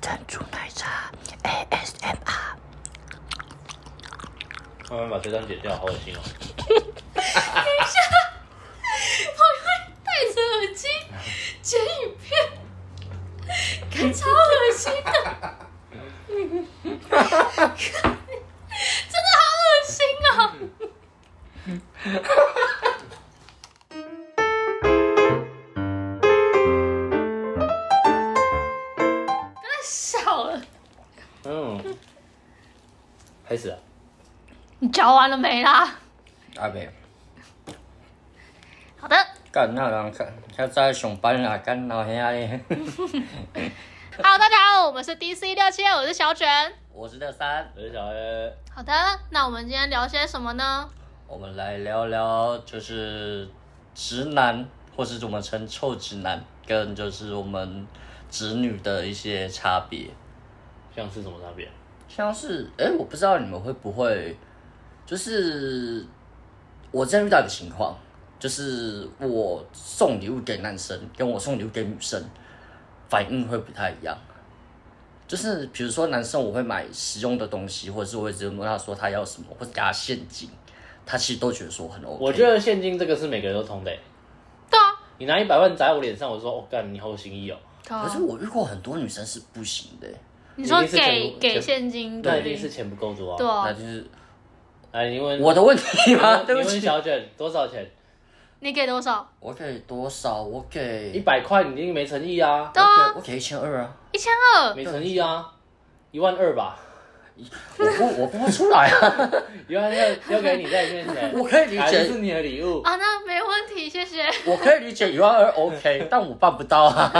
珍珠奶茶 ASMR。慢慢把这段剪掉，好恶心哦！跑开，戴着耳机剪影片，看超恶心的，真的好恶心哦！刚才笑了，嗯，开始啊，你嚼完了没啦？阿北，好的干那人看，他在上班啦，干啊老兄嘞。 ，Hello，大家好，我们是 DC 六七，我是小卷。 我是六三，我是小 A，好的，那我们今天聊些什么呢？我们来聊聊就是直男，或是我们称臭直男，跟就是我们直女的一些差别。像是什么差别？像是，哎、我不知道你们会不会，就是我之前遇到一个情况，就是我送礼物给男生，跟我送礼物给女生，反应会不太一样。就是比如说男生我会买实用的东西，或者是我会直接问他说他要什么，或者给他现金，他其实都觉得说很 OK。我觉得现金这个是每个人都通的欸、对啊，你拿一百万砸我脸上，我说哦，干你好有心意哦，对啊可是我遇过很多女生是不行的、你说一定是全给部给全现金那对一定是钱不够多啊。对那啊，就是哎，你问我的问题吗？你哦啊对不问起，小卷多少钱？你给多少？我给多少？我给一百块，你一定没诚意啊，对我给啊，我给一千二啊。一千二，没诚意啊，一万二吧，我不，我不出来 啊！一万二交给你在你面前，我可以理还是解，你的礼物。啊，那没问题，谢 谢，我可以理解一万二 OK，但我办不到啊！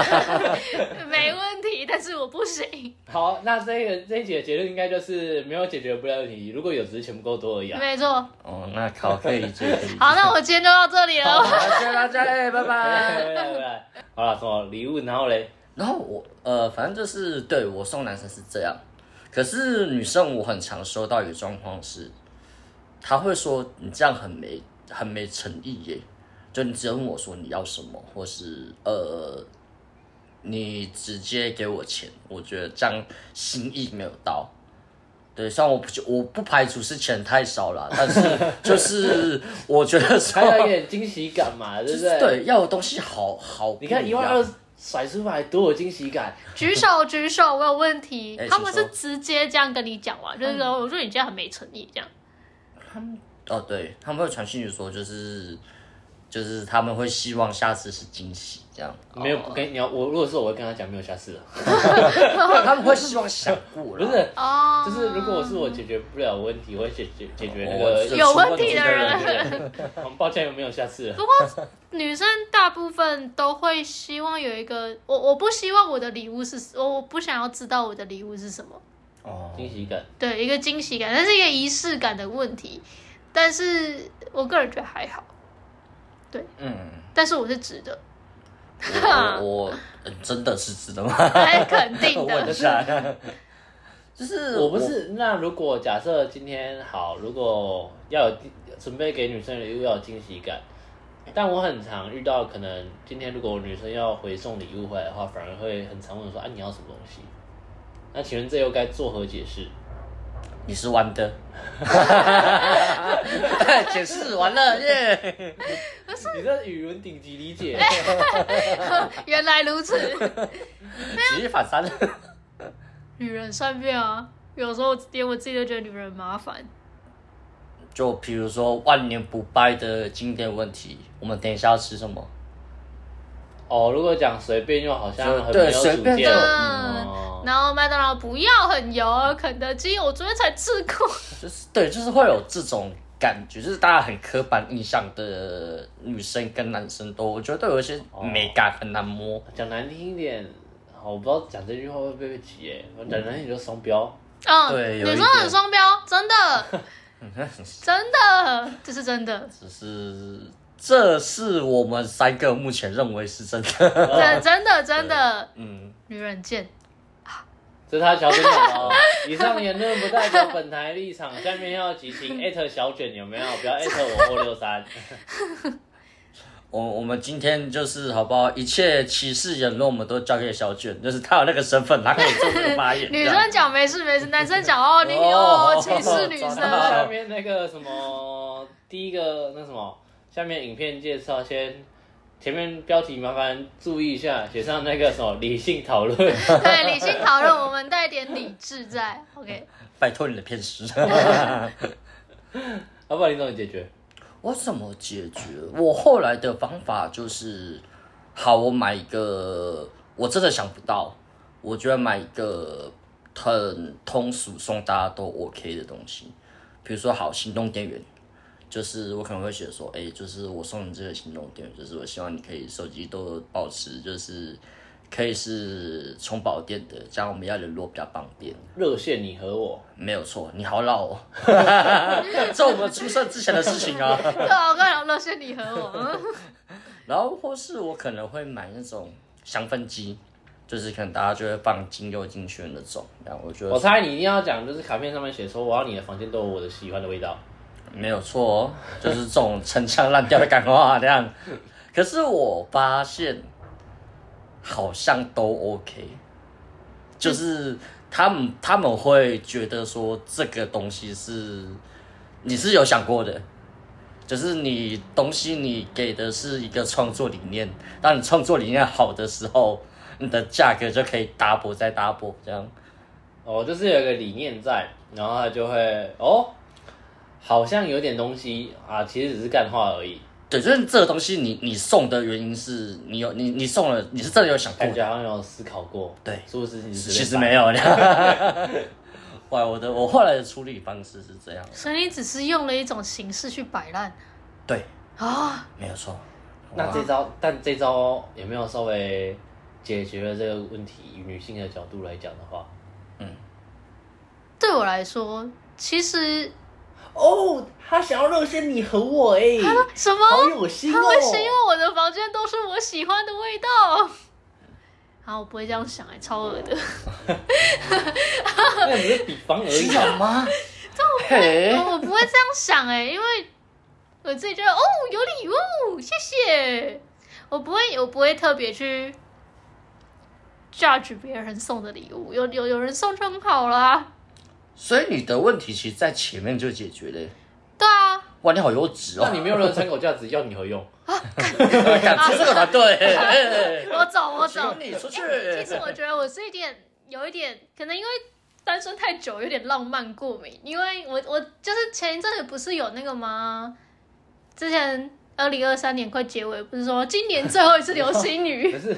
没问题，但是我不行，好，那这个这一节的结论应该就是没有解决不了问题，如果有只是钱不够多而已啊。没错。哦，那好，可以理解，可以理解。好，那我今天就到这里好，了。谢谢大家，哎拜 拜。拜拜拜啊拜。好了，什么礼物？然后嘞，然后我呃，反正就是对我送男生是这样，可是女生我很常收到一个状况是，她会说你这样很没很没诚意耶，就你直接问我说你要什么，或是呃，你直接给我钱，我觉得这样心意没有到。对，虽然我不我不排除是钱太少 了，但是就是我觉得说还有一点惊喜感 嘛，对就不是对？。对要的东西好好不你一样，看一万二甩出来多有惊喜感，举手举手，我有问题哎。他们请说是嗯直接这样跟你讲完，就是说，我说你这样很没诚意，这样。哦，对，他们会传讯息说，就是就是他们会希望下次是惊喜这样，哦没有不跟你要我，如果是我我会跟他讲没有下次了。他们会希望想过 不了，是，哦，就是如果我是我解决不了问题，我会解决解决那我是个。有出问题的的人很抱歉，没有下次了。女生大部分都会希望有一个，我我不希望我的礼物是，我我不想要知道我的礼物是什么，哦，惊喜感，对，一个惊喜感，但是一个仪式感的问题。但是我个人觉得还好，嗯，但是我是直 的，我我我呃真的是值得吗？哎，肯定我问一的，下， 就是 我不是。那如果假设今天好，如果要有准备给女生礼物要有惊喜感，但我很常遇到，可能今天如果女生要回送礼物回来的话，反而会很常问说啊你要什么东西？那请问这又该作何解释？你是弯 的，解释完了耶，你这语文顶级理解， 原来如此，举一反三了。女人善变啊，有时候连我自己都觉得女人很麻烦。就比如说万年不败的经典问题，我们等一下要吃什么？ 哦，如果讲随便又好像很没对有随主便见就。嗯，哦然后麦当劳不要很油，肯德基我昨天才吃 过。就是对，就是会有这种感觉，就是大家很刻板印象的女生跟男生都，我觉得都有一些美感很难摸。讲难听一点，好，我不知道讲这句话会不会被挤诶、我讲难听点就双标。嗯，对有一女生很点双标， 真的，真的，这是真的，只是这是我们三个目前认为是真的。 真真的真的，嗯，女人贱。这是他小卷讲 哦。以上言论不代表本台立场， 下面要集情艾特小卷有没有？不要艾特我或六三。我我们今天就是好不好？一切歧视言论我们都交给小卷，就是他有那个身份，他可以做这个发言。 女这生样讲没事没事，男生讲哦你 哦歧视女真的生，下面那个什么，第一个那什么，下面影片介绍先，前面标题麻烦注意一下，写上那个什么理性讨论。 对理性讨论，我们带点理智在。OK，拜托你的骗师。 要不然你怎么解决？我怎么解决？我后来的方法就是，好，我买一个，我真的想不到，我觉得买一个很通俗、送大家都 OK 的东西，比如说好行动电源，就是我可能会写说，哎、就是我送你这个行动电源，就是我希望你可以手机都保持，就是可以是充饱电的，这样我们要联络比较方便。热线你和我，没有错，你好老哦， 这我们出生之前的事情啊。对啊，我刚讲乐轩你和我，嗯然后或是我可能会买那种香氛机，就是可能大家就会放精油进去的那种。然后我觉我得猜你一定要讲，就是卡片上面写说我要你的房间都有我的喜欢的味道。没有错、哦，就是这种陈腔滥调的感话这样。 可是我发现好像都 OK，就是他们他们会觉得说这个东西是你是有想过的。就是你东西，你给的是一个创作理念。当你创作理念好的时候，你的价格就可以 double 再 double 这样。哦，就是有一个理念在，然后他就会哦，好像有点东西啊，其实只是干话而已，对，就是这个东西你，你送的原因是你有你你送了，你是真的有想过感，觉好像有思考过，对是不是其实其实没有。 哇，我的我后来的处理方式是这样， 所以你只是用了一种形式去摆烂对，啊，没有啊错。那哇这招，但这招有没有稍微解决了这个问题？以女性的角度来讲的话，对我来说其实哦，他想要热身你和我哎、什么。有心哦他会是因为我的房间都是我喜欢的味道。啊，我不会这样想哎、超恶的。那只是比方而已需要啊。吗？嘿，我不会这样想哎、因为我自己觉得哦，有礼物，谢谢。我不会，我不会特别去 judge 别人送的礼物，有有有人送就很好啦。所以你的问题其实在前面就解决了。对啊，哇，你好优质哦！那你没有人参考价值，要你何用？敢 出这个团队？ 哎我走，我请走。你出去。其实我觉得我是一点有一点，可能因为单身太久，有点浪漫过敏。因为我我就是前一阵子不是有那个吗？之前二零二三年快结尾，不是说今年最后一次流星 可雨？是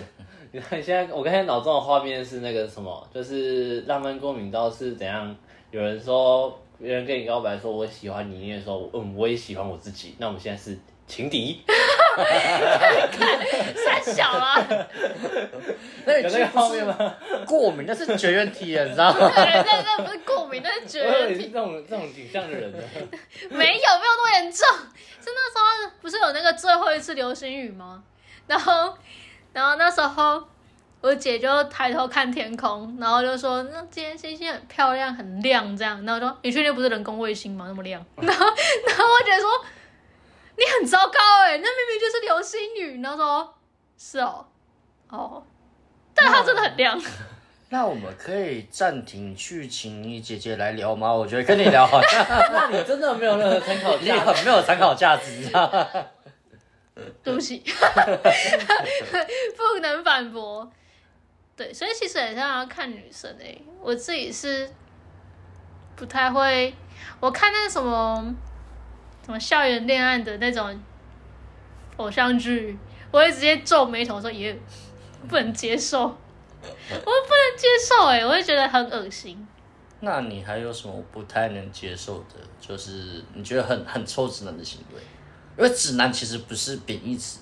你看现在，我刚才脑中的画面是那个什么，就是浪漫过敏到是怎样？有人说别人跟你告白说我喜欢你，你也说嗯我也喜欢我自己。那我们现在是情 敌，太小啊了，那有已那个经画不面是吗？过敏，那是绝缘体了，你知道吗？ 那那那不是过敏，那是绝 我也缘是体，这种这种景象的人呢。没有没有那么严重。是那时候不是有那个最后一次流星雨吗？然后然后那时候我姐就抬头看天空，然后就说：“那今天星星很漂亮，很亮。”这样，然后我说：“你确定不是人工卫星吗？那么亮？”然后，然后我姐说：“你很糟糕哎、那明明就是流星雨。”然后说：“是哦，哦，但它真的很亮。那我们可以暂停去请你姐姐来聊吗？我觉得跟你聊好 像那 你真的没有任何参考你价值。 很没有参考价值，你知道吗？对不起，不能反驳。对，所以其实很像要看女生诶、我自己是不太会，我看那什么什么校园恋爱的那种偶像剧，我会直接皱眉头说也不能接受，我不能接受诶、我会觉得很恶心。那你还有什么不太能接受的？就是你觉得很很臭直男的行为，因为直男其实不是贬义词，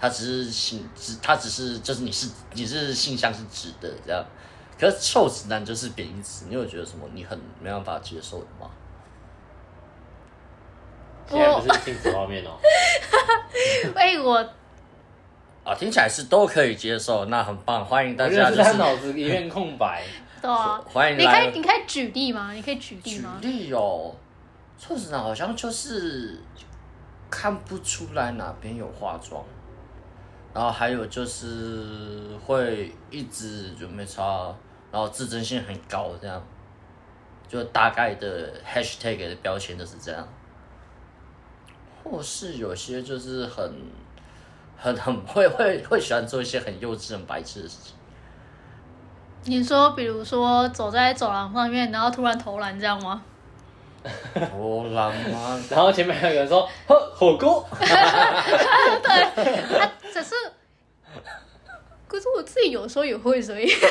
他只是性只他只是就是你是你是性向是直的这样，可是臭直男就是贬义词，你有觉得什么你很没办法接受的吗？现在不是镜子画 面哦，哎、我啊，听起来是都可以接受，那很棒，欢迎大我觉家得就是他是脑子一片空白。对啊，欢迎你可来以你可以举例吗？你可以举例举吗？例哦，臭直男好像就是看不出来哪边有化妆，然后还有就是会一直准备差，然后自尊心很高，这样，就大概的 hashtag 的标签都是这样，或是有些就是很很很会会会喜欢做一些很幼稚、很白痴的事情。你说，比如说走在走廊上面，然后突然投篮这样吗？我哦浪漫，然后前面还有人说 呵火锅，他只是，可是我自己有时候也会，所以 所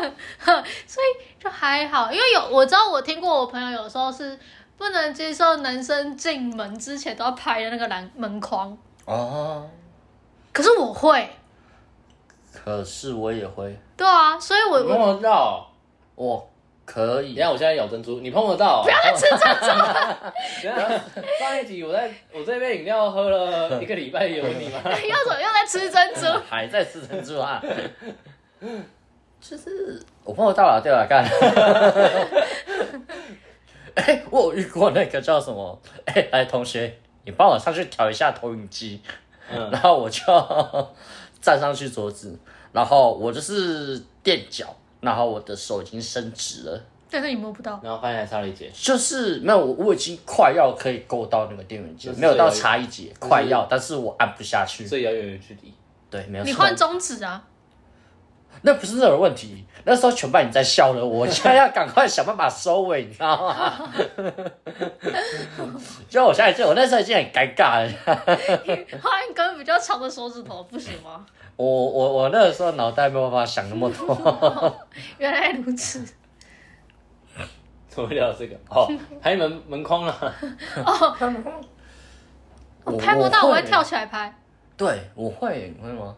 以就还好，因为有我知道我听过我朋友有时候是不能接受男生进门之前都要拍的那个栏门框，哦，可是我会，可是我也会，对啊，所以我你碰我得到？我哦可你以看我现在咬珍珠，你碰得到？不要再吃珍珠了。 等一下上一集我在我这杯饮料喝 了一个礼拜，有你吗？又怎么又在吃珍珠？还在吃珍珠啊？就是我碰到了，对了，干。 哎、我有遇过那个叫什么？哎、来同学，你帮我上去调一下投影机，嗯然后我就站上去桌子，然后我就是垫脚，然后我的手已经伸直了，但是你摸不到，然后发现还差了一截，就是没有我我已经快要可以够到那个电源键，就是没有到有一差一节，快要，但是我按不下去。最遥远的距离。对，没有错。你换中指啊！那不是任何问题，那时候全班已经在笑了，我现在要赶快想办法收尾，你知道吗？就我现在就我那时候已经很尴尬了，换一根比较长的手指头不行吗？我我我那个时候脑袋没有办法想那么多，原来如此怎么会聊到 这个？哦，拍门门框了。 哦，我拍不到，我会跳。起来拍。对，我会，你会吗？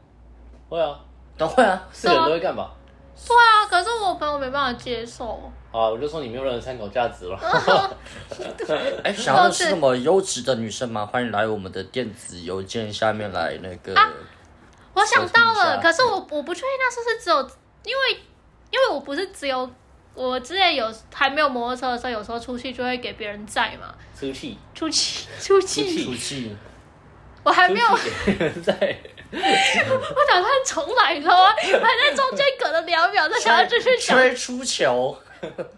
会啊，都会啊，是人都会干吧？对啊，可是我朋友没办法接受。啊，我就说你没有任何参考价值了。哎，想要认识那么优质的女生吗？欢迎来我们的电子邮件下面来那个，啊我想到搜寻了，一下可是我我不确定那是不是只有，因为因为我不是只有我之前有还没有摩托车的时候，有时候出去就会给别人载嘛， 出气，出去 出出去，去出气，我还出没有，我气 给人在。打算重来了啊，还在中间隔了两秒，再想要继续讲，吹出球，我在隔了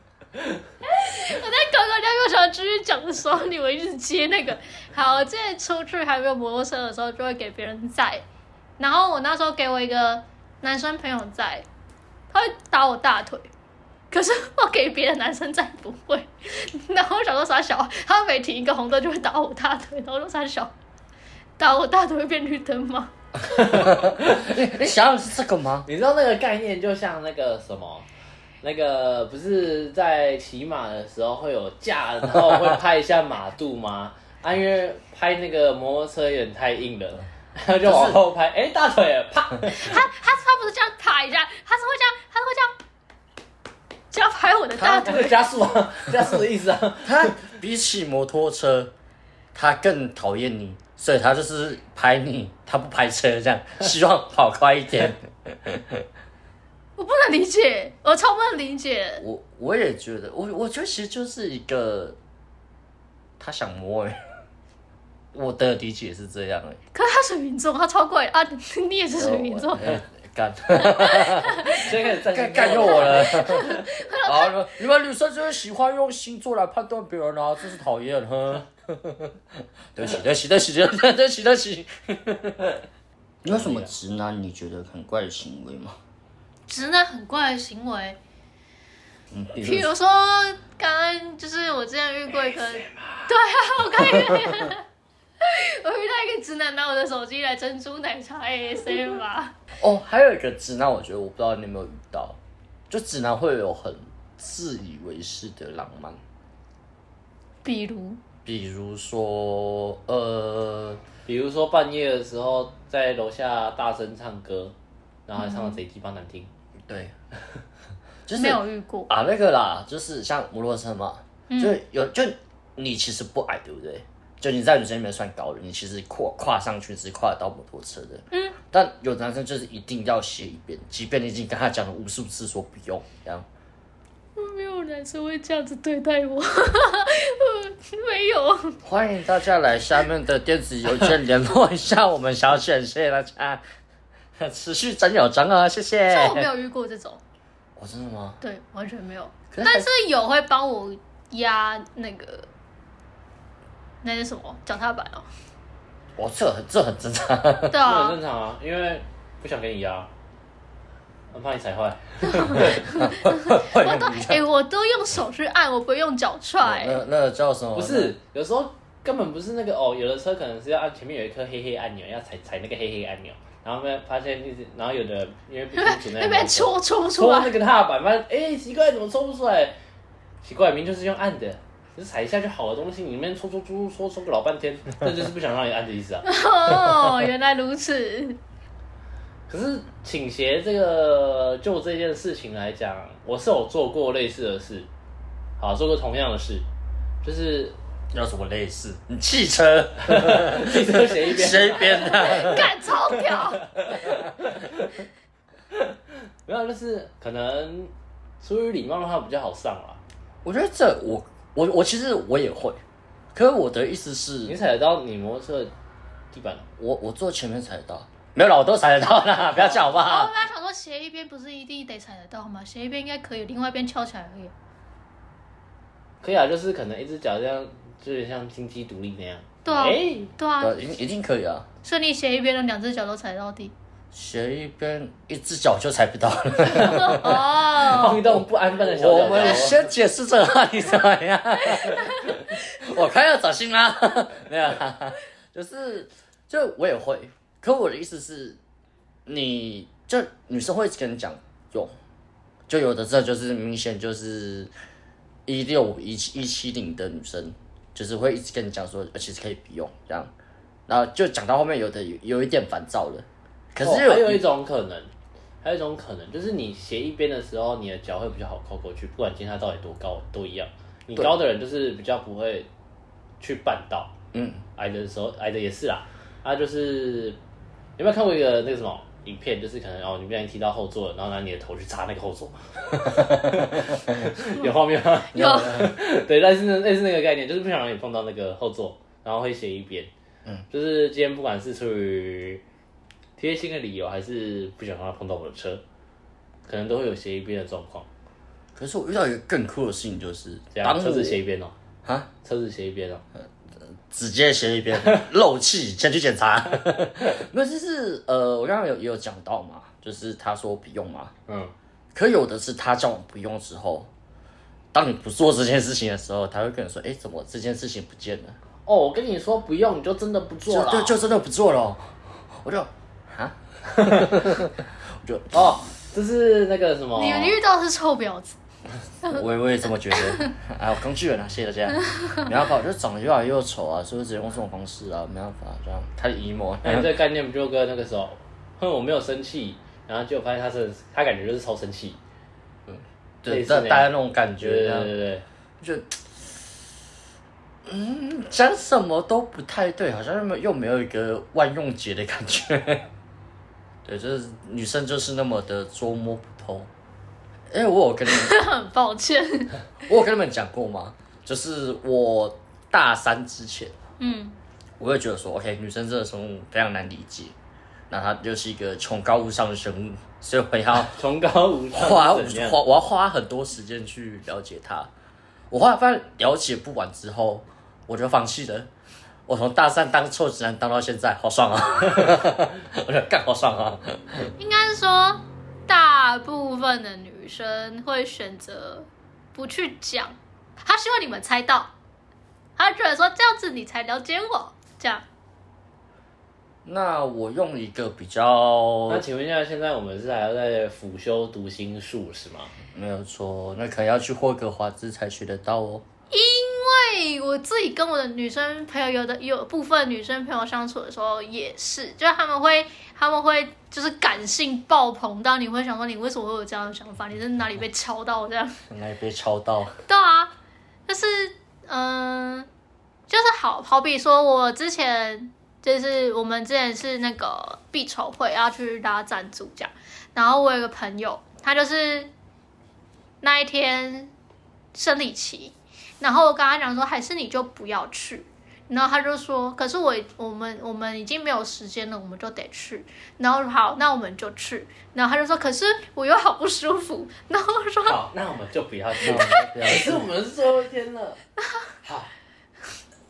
两秒想要继续讲的时候，你们一直接那个。好，我之前出去还没有摩托车的时候，就会给别人载，然后我那时候给我一个男生朋友载，他会打我大腿，可是我给别的男生载不会。然后我想说傻小，他每停一个红灯就会打我大腿，然后我说傻小，打我大腿会变绿灯吗？你你想要的是这个吗？你知道那个概念就像那个什么，那个不是在骑马的时候会有架，然后会拍一下马肚吗？啊，因为拍那个摩托车有点太硬了， 然后就往后拍，哎、大腿了啪，他他他不是这样打一下，他是会这样，他是会这样。这样 拍我的大这腿，个加速啊， 加速的意思啊。他比起摩托车，他更讨厌你，所以他就是拍你，他不拍车，这样 希望跑快一点。我不能理解，我超不能理解。 我我也觉得，我我觉得其实就是一个他想摸哎、 我的理解是这样哎、可是他水瓶座，他超怪啊！ 你也是水瓶座，哎 干现在开始站干起干来掉我了！ 好，你们女生就是喜欢用星座来判断别人啊，真是讨厌哼！ 对不起，对不起，对不起，对不起，对不起，对不起。 你有什么直男你觉得很怪的行为吗？直男很怪的行为，嗯，比譬如如说刚刚就是我之前遇过一个，对啊，我刚才我遇到一个直男拿我的手机来珍珠奶茶 ASM 吧，哦，还有一个直男，我觉得我不知道你有没有遇到，就直男会有很自以为是的浪漫，比如比如说呃，比如说半夜的时候在楼下大声唱歌，然后还嗯唱的贼鸡巴难听。对， 就是没有遇过，啊，那个啦，就是像摩托车嘛，嗯就有就你其实不矮，对不对？就你在女生里面算高的，你其实跨跨上去是跨得到摩托车的。嗯。但有的男生就是一定要斜一边，即便你已经跟他讲了无数次说不用，这样没有男生会这样子对待我， 没有。欢迎大家来下面的电子邮件联络一下我们小选，谢谢大家。 持续沾咬章啊，谢谢。像我没有遇过这种，哦，真的吗？对，完全没有。可是还但是有会帮我压那个那是什么脚踏板哦，哇，这很这很正常。对这很啊正，常啊，因为不想给你压，我怕你踩坏。我 都哎、我都用手去按，我不会用脚踹、那那叫什么？不是，有时候根本不是那个哦，有的车可能是要按前面有一颗黑黑按钮，要踩踩那个黑黑按钮，然后呢发现就是，然后有的因为不清 楚那那边戳戳戳不出戳来那，个踏板，发现哎奇怪怎么戳不出来？奇怪，明明就是用按的，就是踩一下就好的东西，你那边戳戳戳戳戳个老半天， 这就是不想让你按的意思啊。 哦，原来如 此。可是倾斜这个就这件事情来讲，我是有做过类似的事，好做过同样的事，就是 要什么类似？你汽车啊汽车斜一边，谁编的？干超屌，没有，就是可能出于礼貌的话比较好上啦。我觉得这我我我其实我也会，可是我的意思你是，踩得到你摩托车的地板，我我坐前面踩得到，没有啦，我都踩得到啦， 不要讲好不我好？本来想说斜一边不是一定得踩得到吗？斜一边应该可以，另外一边翘起来而已。可以啊，就是可能一只脚这样，就有点像金鸡独立那样。对啊哎、对啊，对，一定一定可以啊。所以你斜一边的两只脚都踩到 地。斜一边一只脚就踩不到了。哦，放一动不安分的小我脚们脚。先解释这个话题怎么样？我快要走心 啦，没有啦，就是就我也会，可我的意思是，你就女生会跟你讲有，就有的这就是明显就是一六五一七一七零的女生，就是会一直跟你讲说，呃其实可以不用这样，然后就讲到后面有的有有一点烦躁了，可是嗯哦还有有一种可能，还有一种可能就是你斜一边的时候，你的脚会比较好扣过去，不管今天它到底多高都一样。你对高的人就是比较不会去绊倒，嗯，矮的时候，矮的也是啦，啊，就是有没有看过一个那个什么影片，就是可能哦，你不小心踢到后座了，然后拿你的头去擦那个 后座， 有画面吗？有对，但是呢，类似那个概念，就是不想让你碰到那个后座，然后会斜一边，嗯，就是今天不管是出于贴心的理由，还是不想让他碰到我的车，可能都会有斜一边的状况。可是我遇到一个更酷的事情就是，这当样我车子斜一边哦，啊。车子斜一边哦，直接斜一边漏气，先去检查。 没有，就是呃，我刚刚有也有讲到嘛，就是他说不用嘛，嗯，可有的是他叫我不用之后，当你不做这件事情的时候，他会跟你说，哎、怎么这件事情不见了？哦，我跟你说不用，你就真的不做了，就就就真的不做了哦。我就啊， 我就哦，这是那个什么，你你遇到的是臭婊子， 我也我也这么觉得。 哎，我工具人啊，谢谢大家。没办法，我就长得越来越丑啊，所以只能用这种方式啊，没办法，这样太 emo 了。哎，这个概念不就跟那个时候，哼，我没有生气，然后就发现他真的是，他感觉就是超生气，对，类似大那样大家那种感对觉，对这样对对，就，嗯，讲什么都不太对，好像又没有又没有一个万用解的感觉。 对，就是女生就是那么的捉摸不透。哎、我有跟你们，很抱歉。我有跟你们讲过吗？就是我大三之前，嗯，我会觉得说，OK，女生这个生物非常难理解，那她就是一个崇高无上的生物，所以我要崇高无花上是怎样？花我要花很多时间去了解它。我后来发现了解不完之后，我就放弃了。我从大三当臭直男当到现在，好爽啊！ 我觉得干好爽啊！应该是说大部分的女生会选择不去讲，她希望你们猜到，她觉得说这样子你才了解我，这样那我用一个比较那请问一下，现在我们是还要在辅修读心术是 吗？没有错，那可能要去霍格华兹才学得到哦。对我自己跟我的女生朋友，有的有部分女生朋友相处的时候也是，就是他们会，他们会就是感性爆棚到你会想说，你为什么会有这样的想法？你是哪里被敲到这样？原来被抄到，对啊，就是嗯、呃就是好好比说，我之前就是我们之前是那个必筹会要去拉赞助这样，然后我有个朋友，他就是那一天生理期，然后我跟他讲说，还是你就不要去。然后他就说，可是我我们我们已经没有时间了，我们就得去。然后好，那我们就去。然后他就说，可是我又好不舒服。 然后我说，好，那我们就不要去。 不要可是我们是最后一天了，好，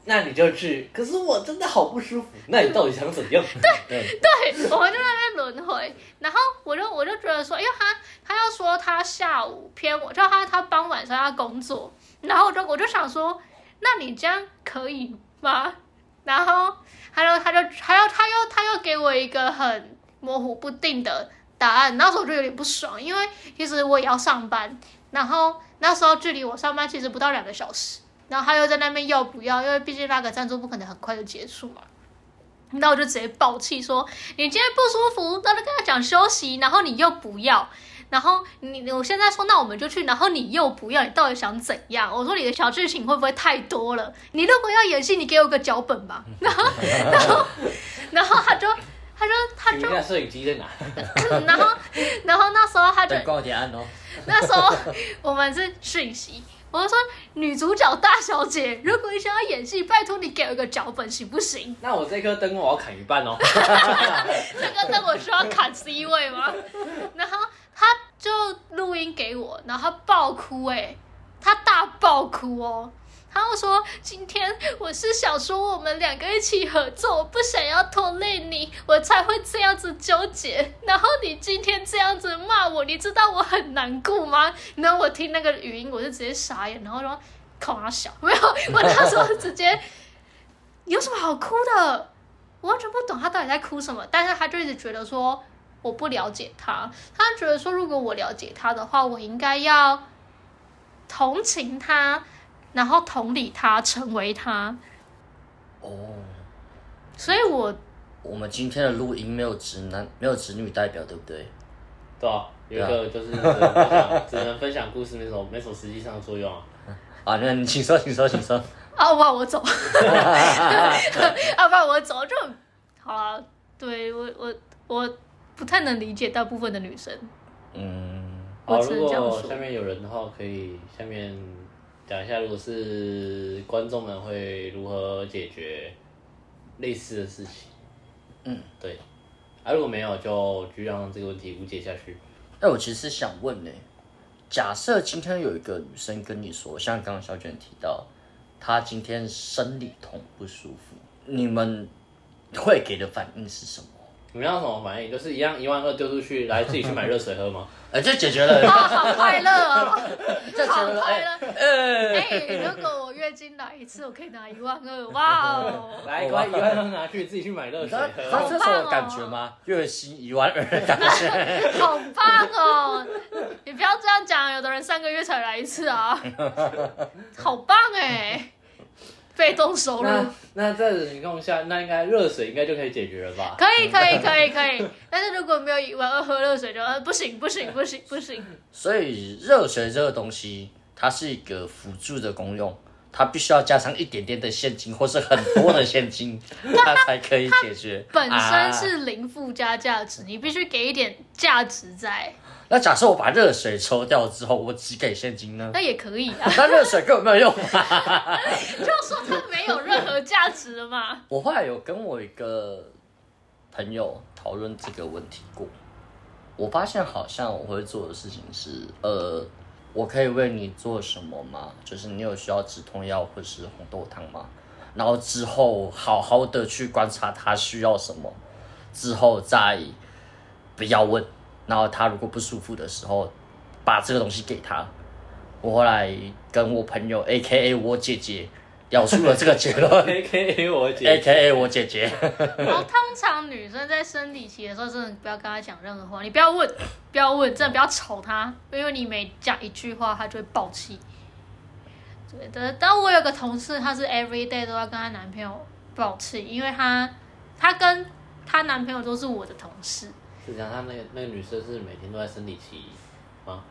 那你就去。可是我真的好不舒服，那你到底想怎样？对，对， 我们就在那边轮回。然后我就我就觉得说，因为哎他他要说他下午偏晚，就他他傍晚说要工作，然后我就我就想说，那你这样可以吗？然后他就他就他又他又他又给我一个很模糊不定的答案，那时候我就有点不爽，因为其实我也要上班，然后那时候距离我上班其实不到两个小时，然后他又在那边要不要，因为毕竟那个赞助不可能很快就结束嘛。那我就直接爆气说：“你今天不舒服，那就跟他讲休息，然后你又不要，然后你我现在说那我们就去，然后你又不要，你到底想怎样？我说你的小剧情会不会太多了？你如果要演戏，你给我个脚本吧。然后，然后，然后他就他就他你啊就们，那摄影机在哪？ 然后然后那时候他就灯光点暗哦， 那时候我们是讯息，我就说女主角大小姐，如果你想要演戏，拜托你给我一个脚本行不行？那我这颗灯我要砍一半哦。这个灯我需要砍 C 位吗？然后他就录音给我，然后他爆哭哎、他大爆哭哦。他又说：“今天我是想说我们两个一起合作，我不想要拖累你，我才会这样子纠结。然后你今天这样子骂我，你知道我很难过吗？”然后我听那个语音，我就直接傻眼，然后说：“靠他小，没有，我那时候直接有什么好哭的？”我完全不懂他到底在哭什么，但是他就一直觉得说我不了解他，他觉得说如果我了解他的话，我应该要同情他，然后同理他，成为他。哦，所以我我们今天的录音没有直男，没有直女代表，对不对？对啊，有一个就是只能分享，只能分享故事，没什么没什么实际上的作用啊。啊，那你请说，请说，请说。啊，不然我走， 啊，不然我走就好了。对我我我不太能理解大部分的女生，嗯，好，我只如能这样果说下。面有人的话，可以下面讲一下，如果是观众们会如何解决类似的事情。嗯，对。啊，如果没有，就就让这个问题无解下去。那我其实想问呢、假设今天有一个女生跟你说，像刚刚小卷提到，她今天生理痛不舒服，你们会给的反应是什么？你们要什么反应？就是一样一万二丢出去，来自己去买热水喝 吗？呃，就解决了，啊，好快乐哦，就解决好了。快哎、乐！呃哎、如果我月经来一次，我可以拿一万二，哇哦！来，快一万二拿去，自己去买热你知道水喝。他这种感觉吗？月薪一万二的感觉。 好棒哦！你不要这样讲，有的人三个月才来一次啊，好棒哎、被动收入，那那在这种情况下，那应该热水应该就可以解决了吧？ 可以可以可以可以。 但是如果没有一碗二喝热水就，呃不行不行不行不行。所以热水这个东西，它是一个辅助的功用，它必须要加上一点点的现金或是很多的现 金，它才可以解决。本身啊、是零附加价值，你必须给一点价值在，那假设我把热水抽掉之后，我只给现金呢？那也可以啊。 那热水根本没有用。啊就说它没有任何价值了嘛。我后来有跟我一个朋友讨论这个问题过，我发现好像我会做的事情是，呃，我可以为你做什么吗？就是你有需要止痛药或是红豆汤吗？然后之后好好的去观察他需要什么，之后再不要问。然后他如果不舒服的时候，把这个东西给他。我后来跟我朋友 A K A 我姐姐咬出了这个结 论。 A K A 我解哎 A K A 我姐姐，然后哦通常女生在生理期的时候，真的不要跟她讲任何话，你不要问，不要问，真的不要吵她，因为你每讲一句话，她就会爆气。对，但但我有个同事，她是 every day 都要跟她男朋友爆气，因为她她跟她男朋友都是我的同事，是讲她那个那个女生是每天都在生理 期吗？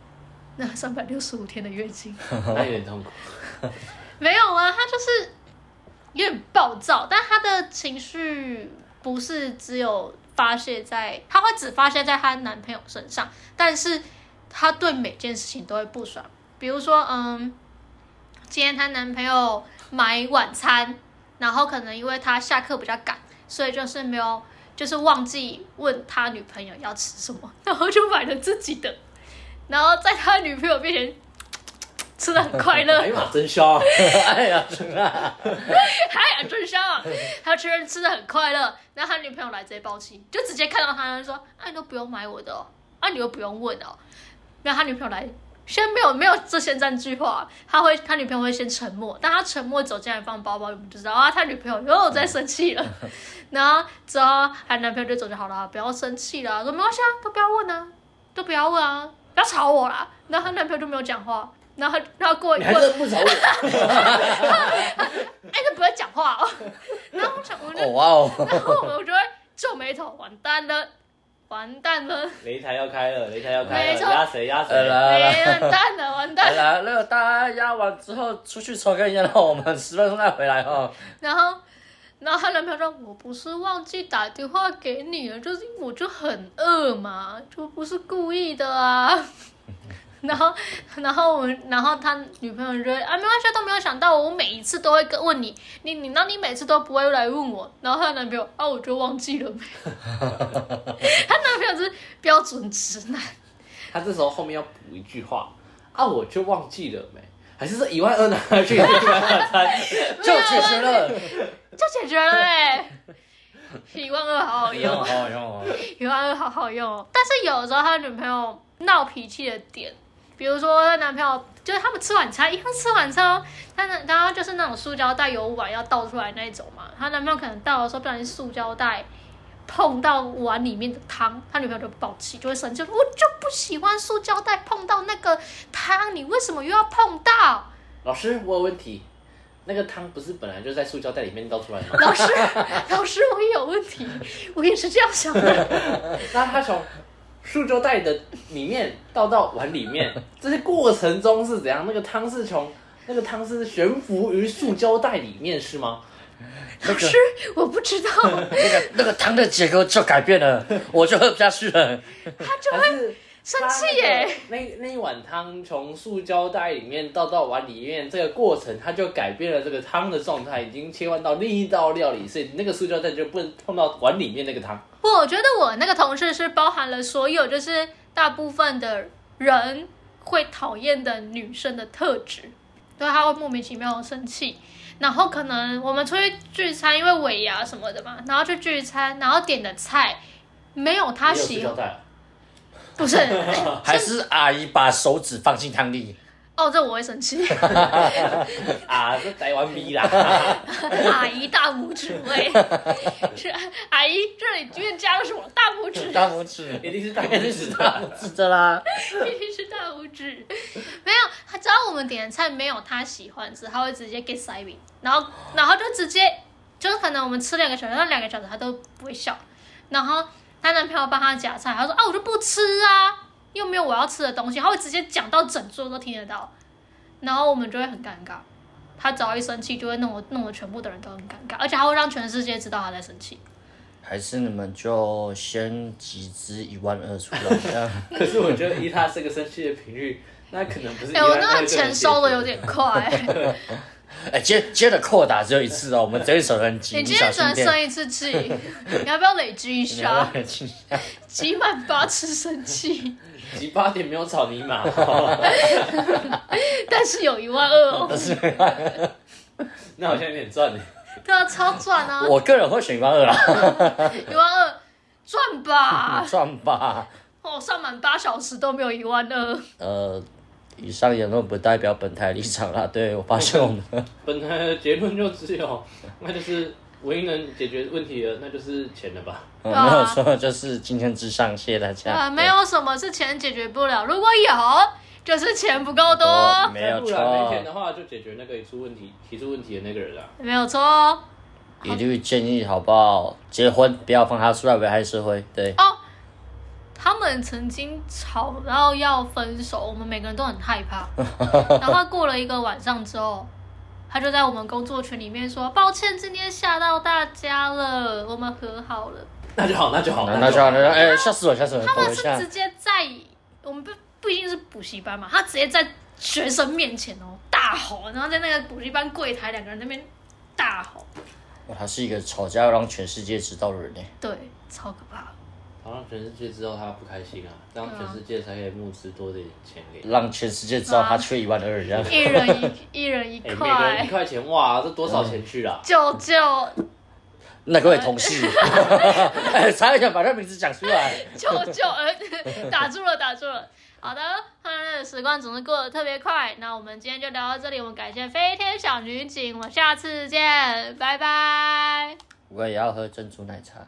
那三百六十五天的月经。那有点痛苦。没有啊，他就是有点暴躁，但他的情绪不是只有发泄在，他会只发泄在她男朋友身上，但是她对每件事情都会不爽，比如说，嗯，今天她男朋友买晚餐，然后可能因为他下课比较赶，所以就是没有，就是忘记问他女朋友要吃什么，然后就买了自己的，然后在他女朋友面前吃的很快 乐哎，呀妈，真香！哎呀，哎呀，真香啊！他确认吃的很快乐，然后他女朋友来直接抱气，就直接看到他就说：“啊，你都不用买我的、哦，啊，你又不用问哦。”然后他女朋友来，先没有没有这些占句话，他会他女朋友会先沉默，当他沉默走进来放包包，我们就知道啊，他女朋友又在生气了。 然后之后他男朋友就走就好了，不要生气了，说没关系啊，都不要问啊，都不要问啊，不要吵我啦。然后她男朋友就没有讲话，然后他然后 过你过还真不找我？哎，他不会讲话哦。 然后我想，我就哦哇哦，然后我就会皱眉头，完蛋了，完蛋了，擂台要开了，擂台要开没了，错压谁压呃谁？来来哎，来。完蛋了，完来蛋了。来，那个大家压完之后出去抽根烟，然后我们十分钟再回来哦。然后，然后她男朋友说：“我不是忘记打电话给你了，就是我就很饿嘛，就不是故意的啊。”然后，然后我，然后他女朋友就会啊，没关系，都没有想到我，我每一次都会跟问你，你你，那你每次都不会来问我。然后她男朋友啊，我就忘记了没。她男朋友是标准直男。他这时候后面要补一句话啊，我就忘记了没？还是这一万二拿去 买晚餐？就解决了，就解决了哎、一万二好好用，好用哦。一万二好好用哦。但是有的时候他女朋友闹脾气的点，比如说她男朋友就是他们吃晚餐，一样吃晚餐哦，她男然后就是那种塑胶袋有碗要倒出来那一种嘛，她男朋友可能倒的时候不小心塑胶袋。碰到碗里面的汤，他女朋友就暴气，就会生气，我就不喜欢塑胶袋碰到那个汤，你为什么又要碰到？老师，我有问题。那个汤不是本来就在塑胶袋里面倒出来的 吗？老师， 老师，我也有问题，我也是这样想的。那他从塑胶袋的里面倒到碗里 面，这些过程中是怎样？那个汤是从那个汤是悬浮于塑胶袋里面是吗？那老师个，我不知道，那个那个汤的结构就改变了，我就喝不下去了。他就还会是生他气那个耶。那那一碗汤从塑胶袋里面倒到碗里面，这个过程它就改变了这个汤的状态，已经切换到另一道料理，所以那个塑胶袋就不能碰到碗里面那个汤。不，我觉得我那个同事是包含了所有，就是大部分的人会讨厌的女生的特质，对，她会莫名其妙地生气。然后可能我们出去聚餐，因为尾牙什么的嘛，然后去聚餐，然后点的菜没有她没有塑喜胶欢，袋啊，不是，还是阿姨把手指放进汤里，哦，这我会生气。 啊，这台湾逼啦！阿姨大拇指喂， 是阿姨这里居然加了什么大拇指？大拇指， 一定是大肯定拇指是的大拇指的啦。一定是大拇指。 没有，他知道我们点的菜没有他喜欢吃，他会直接给塞饼，然后然后就直接就是可能我们吃两个小时，那两个小时他都不会笑。然后她男朋友帮她夹菜，她说啊我就不吃啊，又没有我要吃的东西，他会直接讲到整桌都听得到，然后我们就会很尴尬。他只要一生气，就会弄得弄得全部的人都很尴尬，而且他会让全世界知道他在生气。还是你们就先集资一万二出来，这样可是我觉得依他这个生气的频率，那可能不是一哎、万二我就能那个解决。钱收的有点快、 哎，接接着扣打只有一次哦，我们这一手很急，你今小天只心能点。生一次气， 你要不要累积 一下？集满八次生气，几八点没有草泥马，哦但是有一万二哦， 那好像有点赚呢。对啊，超赚啊， 我个人会选一万二啦，一万二 赚吧！赚吧。哦，上满八小时都没有一万二，呃，以上言论不代表本台立场啦。对我发现我 们的本来的结论就只有，那就是唯一能解决问题的，那就是钱了吧。嗯啊没有说就是今天至上，谢谢大家。啊，对没有什么是钱解决不了，如果有，就是钱不够我多，没有再不然没错钱，的话，就解决那个出问题、提出问题的那个人啦。没有错哦。一律建议好不好？结婚不要放他出来危害社会。对，哦，他们曾经吵到要分手，我们每个人都很害 怕。然后过了一个晚上之后，他就在我们工作群里面说：“抱歉，今天吓到大家了，我们和好了。 那就好，那就好，那那就好了。哎，吓死我，吓死我！”啊他等我们一是下直，接在我们不不一定是补习班嘛，他直接在学生面前哦大吼，然后在那个补习班柜台两个人那边大吼，哇，他是一个吵架让全世界知道的人呢。对，超可怕的。好让全世界知道他不开心啊，让全世界才可以募资多点钱给他。让全世界知道他缺一万二这样。一人一一人一哎、每个人块一，块钱，哇，这多少钱去啊了？九九那各位同事， 哎差一点把他名字讲出来。 九九，呃，打住了，打住了。好的，欢乐的时光总是过得特别快。那我们今天就聊到这里，我们感谢飞天小女警，我们下次见，拜拜。我也要喝珍珠奶茶。